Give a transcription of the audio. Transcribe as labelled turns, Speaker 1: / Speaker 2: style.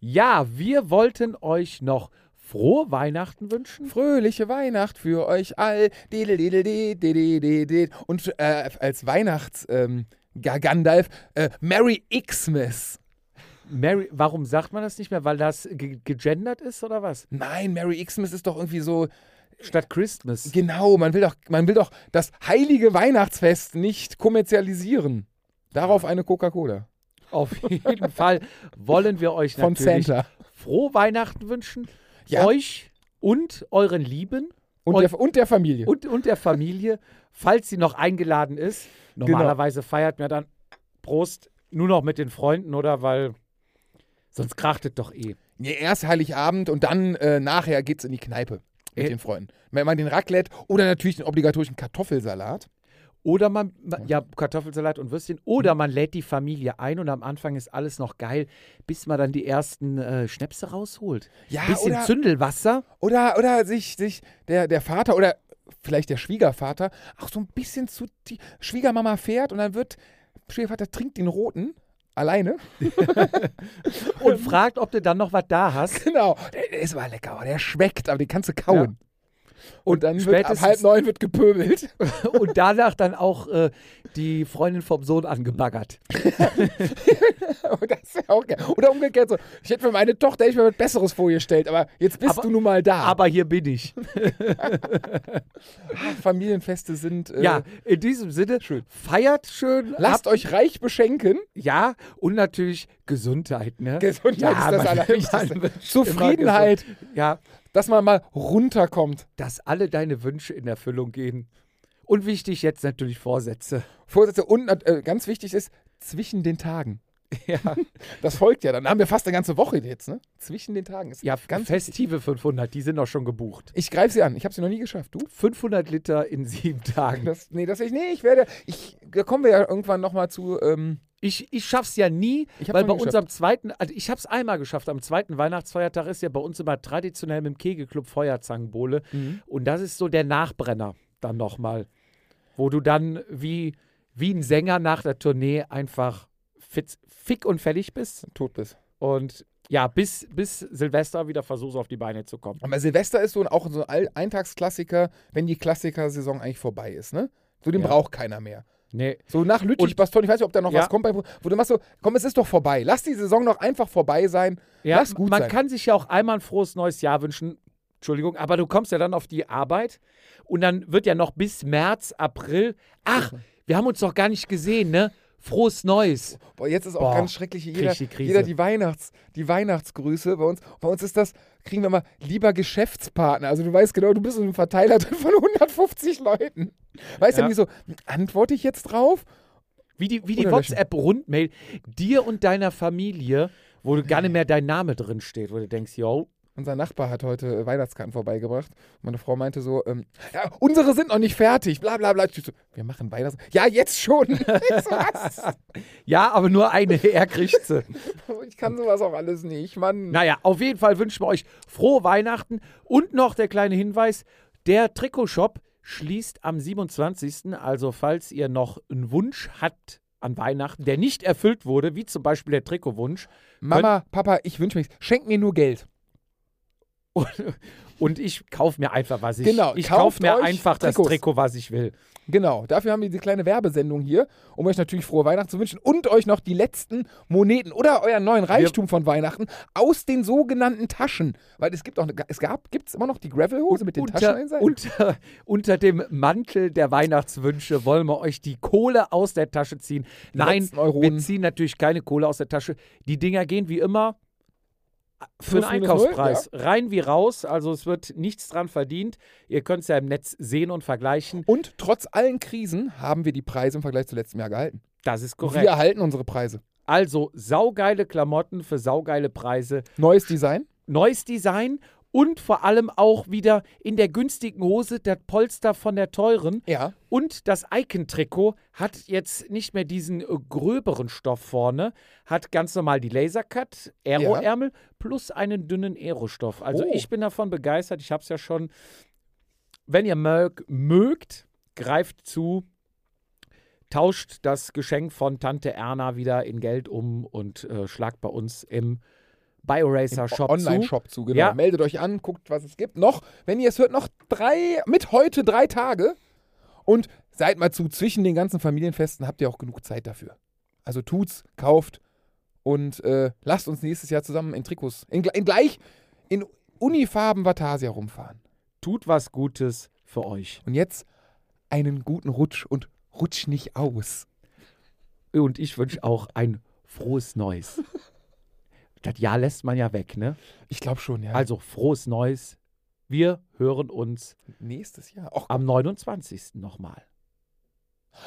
Speaker 1: Ja, wir wollten euch noch frohe Weihnachten wünschen.
Speaker 2: Fröhliche Weihnacht für euch all. Didelididididididid. Und äh, als Weihnachts ähm, Ga- Gandalf, äh, Merry Xmas.
Speaker 1: Mary, warum sagt man das nicht mehr? Weil das ge gegendert ist oder was?
Speaker 2: Nein, Merry Xmas ist doch irgendwie so
Speaker 1: Statt Christmas.
Speaker 2: genau, man will doch man will doch das heilige Weihnachtsfest nicht kommerzialisieren. Darauf eine Coca-Cola
Speaker 1: Auf jeden Fall wollen wir euch
Speaker 2: von
Speaker 1: natürlich
Speaker 2: Santa
Speaker 1: frohe Weihnachten wünschen.
Speaker 2: Ja.
Speaker 1: Euch und euren Lieben
Speaker 2: und der, und der Familie.
Speaker 1: und, und der Familie, falls sie noch eingeladen ist.
Speaker 2: Genau.
Speaker 1: Normalerweise feiert man dann Prost nur noch mit den Freunden, oder? Weil sonst krachtet doch eh.
Speaker 2: Nee, erst Heiligabend und dann äh, nachher geht's in die Kneipe mit
Speaker 1: Äh.
Speaker 2: den Freunden. Wenn man den Raclette oder natürlich den obligatorischen Kartoffelsalat.
Speaker 1: Oder man, ma- ja, Kartoffelsalat und Würstchen. Oder
Speaker 2: Mhm.
Speaker 1: man lädt die Familie ein und am Anfang ist alles noch geil, bis man dann die ersten äh, Schnäpse rausholt.
Speaker 2: Ja,
Speaker 1: Bisschen
Speaker 2: oder,
Speaker 1: Zündelwasser.
Speaker 2: oder, oder sich, sich der, der Vater oder vielleicht der Schwiegervater auch so ein bisschen zu die Schwiegermama fährt und dann wird Schwiegervater trinkt den roten alleine.
Speaker 1: und fragt, ob du dann noch was da hast.
Speaker 2: Genau. Der, der ist aber lecker, aber der schmeckt, aber den kannst du kauen. Und dann wird ab
Speaker 1: spätestens-
Speaker 2: halb neun wird gepöbelt.
Speaker 1: Und danach dann auch äh, die Freundin vom Sohn angebaggert.
Speaker 2: Und das wär auch geil. Oder umgekehrt so, ich hätte für meine Tochter hätte ich mir was Besseres vorgestellt, aber jetzt bist
Speaker 1: Aber-
Speaker 2: du nun mal da.
Speaker 1: Aber hier bin ich.
Speaker 2: Familienfeste sind. Äh,
Speaker 1: Ja, in diesem Sinne,
Speaker 2: schön.
Speaker 1: feiert schön.
Speaker 2: Lasst
Speaker 1: ab,
Speaker 2: euch reich beschenken.
Speaker 1: Ja, und natürlich Gesundheit. Ne?
Speaker 2: Gesundheit
Speaker 1: ja,
Speaker 2: ist das
Speaker 1: man-
Speaker 2: Allerwichtigste.
Speaker 1: man wünscht
Speaker 2: Zufriedenheit.
Speaker 1: immer gesund- Ja,
Speaker 2: Dass man mal runterkommt.
Speaker 1: dass alle deine Wünsche in Erfüllung gehen. Und wichtig jetzt natürlich Vorsätze.
Speaker 2: Vorsätze und äh, ganz wichtig ist, zwischen den Tagen.
Speaker 1: Ja,
Speaker 2: Das folgt ja. Dann haben wir fast eine ganze Woche jetzt, ne? Zwischen den Tagen ist.
Speaker 1: ja
Speaker 2: ganz.
Speaker 1: festive 500, die sind auch schon gebucht.
Speaker 2: Ich greife sie an. Ich habe sie noch nie geschafft. Du?
Speaker 1: 500 Liter in sieben Tagen.
Speaker 2: Das, nee, das ich. Nee, ich werde. Ich, da kommen wir ja irgendwann nochmal zu. Ähm,
Speaker 1: Ich, ich schaff's ja nie,
Speaker 2: Ich hab's
Speaker 1: weil
Speaker 2: noch
Speaker 1: bei
Speaker 2: nie
Speaker 1: uns am zweiten, also ich hab's einmal geschafft, am zweiten Weihnachtsfeiertag ist ja bei uns immer traditionell mit dem Kegelclub Feuerzangenbowle und das ist so der Nachbrenner dann nochmal, wo du dann wie, wie ein Sänger nach der Tournee einfach fit, fick und fällig bist
Speaker 2: tot bist.
Speaker 1: und ja, bis, bis Silvester wieder versuchst auf die Beine zu kommen.
Speaker 2: Aber Silvester ist so ein, auch so ein All- Eintagsklassiker, wenn die Klassikersaison eigentlich vorbei ist, ne? So den
Speaker 1: Ja.
Speaker 2: braucht keiner mehr.
Speaker 1: Nee,
Speaker 2: So nach Lüttich,
Speaker 1: Und-
Speaker 2: Bastogne, ich weiß nicht, ob da noch
Speaker 1: Ja.
Speaker 2: was kommt, bei- wo du machst so, komm, es ist doch vorbei. Lass die Saison doch einfach vorbei sein.
Speaker 1: ja,
Speaker 2: Lass gut
Speaker 1: man
Speaker 2: sein.
Speaker 1: kann sich ja auch einmal ein frohes neues Jahr wünschen. Entschuldigung, aber du kommst ja dann auf die Arbeit und dann wird ja noch bis März, April. Ach, wir haben uns doch gar nicht gesehen, ne? Frohes Neues.
Speaker 2: Boah, jetzt ist auch
Speaker 1: Boah,
Speaker 2: ganz schrecklich. hier. Jeder,
Speaker 1: krieg ich die Krise.
Speaker 2: jeder die, Weihnachts, die Weihnachtsgrüße bei uns. Bei uns ist das, kriegen wir mal lieber Geschäftspartner. Also du weißt genau, du bist in einem Verteiler drin von 150 Leuten. Weißt du,
Speaker 1: Ja.
Speaker 2: ja. wie so, antworte ich jetzt drauf?
Speaker 1: Wie die, wie die
Speaker 2: Oder löschen.
Speaker 1: WhatsApp-Rundmail dir und deiner Familie, wo du gar nicht mehr dein Name drin steht, wo du denkst, yo,
Speaker 2: Unser Nachbar hat heute äh, Weihnachtskarten vorbeigebracht. Meine Frau meinte so, ähm, ja, unsere sind noch nicht fertig, bla bla bla. Ich so, wir machen Weihnachts... Ja, jetzt schon. Ich so, was?
Speaker 1: ja, aber nur eine er kriegt sie.
Speaker 2: Ich kann sowas auch alles nicht, Mann.
Speaker 1: Naja, auf jeden Fall wünschen wir euch frohe Weihnachten und noch der kleine Hinweis: der Trikotshop schließt am 27. Also, falls ihr noch einen Wunsch habt an Weihnachten, der nicht erfüllt wurde, wie zum Beispiel der Trikotwunsch,
Speaker 2: Mama, Papa, ich wünsche mir nichts. Schenk mir nur Geld.
Speaker 1: und ich kaufe mir einfach, was ich
Speaker 2: Genau,
Speaker 1: Ich
Speaker 2: kauft
Speaker 1: kaufe mir
Speaker 2: euch
Speaker 1: einfach das
Speaker 2: Trikots.
Speaker 1: Trikot, was ich will.
Speaker 2: Genau, dafür haben wir diese kleine Werbesendung hier, um euch natürlich frohe Weihnachten zu wünschen und euch noch die letzten Moneten oder euren neuen Reichtum von Weihnachten aus den sogenannten Taschen. Weil es gibt auch, eine- es gab, gibt es immer noch die Gravelhose mit den
Speaker 1: Unter,
Speaker 2: Taschen und
Speaker 1: unter, unter dem Mantel der Weihnachtswünsche wollen wir euch die Kohle aus der Tasche ziehen. Nein,
Speaker 2: letzten Euronen.
Speaker 1: wir ziehen natürlich keine Kohle aus der Tasche. Die Dinger gehen wie immer für den
Speaker 2: Plus, minus null,
Speaker 1: Einkaufspreis. Rein wie raus. Also es wird nichts dran verdient. Ihr könnt es ja im Netz sehen und vergleichen.
Speaker 2: Und trotz allen Krisen haben wir die Preise im Vergleich zu letztem Jahr gehalten.
Speaker 1: Das ist
Speaker 2: Wir
Speaker 1: korrekt.
Speaker 2: erhalten unsere Preise.
Speaker 1: Also saugeile Klamotten für saugeile Preise.
Speaker 2: Neues Design.
Speaker 1: Neues Design. Und vor allem auch wieder in der günstigen Hose der Polster von der teuren.
Speaker 2: Ja.
Speaker 1: Und das Icon-Trikot hat jetzt nicht mehr diesen äh, gröberen Stoff vorne, hat ganz normal die Lasercut, Aero-Ärmel plus einen dünnen Aero-Stoff. Also
Speaker 2: Oh.
Speaker 1: ich bin davon begeistert, ich habe es ja schon. Wenn ihr mög, mögt, greift zu, tauscht das Geschenk von Tante Erna wieder in Geld um und äh, schlagt bei uns im Bioracer-Shop zu.
Speaker 2: Online-Shop zu, genau.
Speaker 1: Ja.
Speaker 2: Meldet euch an, guckt, was es gibt. Noch, wenn ihr es hört, noch drei, mit heute drei Tage. Und seid mal zu, zwischen den ganzen Familienfesten habt ihr auch genug Zeit dafür. Also tut's, kauft und äh, lasst uns nächstes Jahr zusammen in Trikots, in, gle- in gleich, in Unifarben Vatasia rumfahren.
Speaker 1: Tut was Gutes für euch.
Speaker 2: Und jetzt einen guten Rutsch und rutsch nicht aus.
Speaker 1: Und ich wünsche auch ein frohes Neues. Das Jahr lässt man ja weg, ne?
Speaker 2: Ich glaube schon, ja.
Speaker 1: Also frohes Neues. Wir hören uns
Speaker 2: nächstes Jahr. Och,
Speaker 1: am 29. nochmal.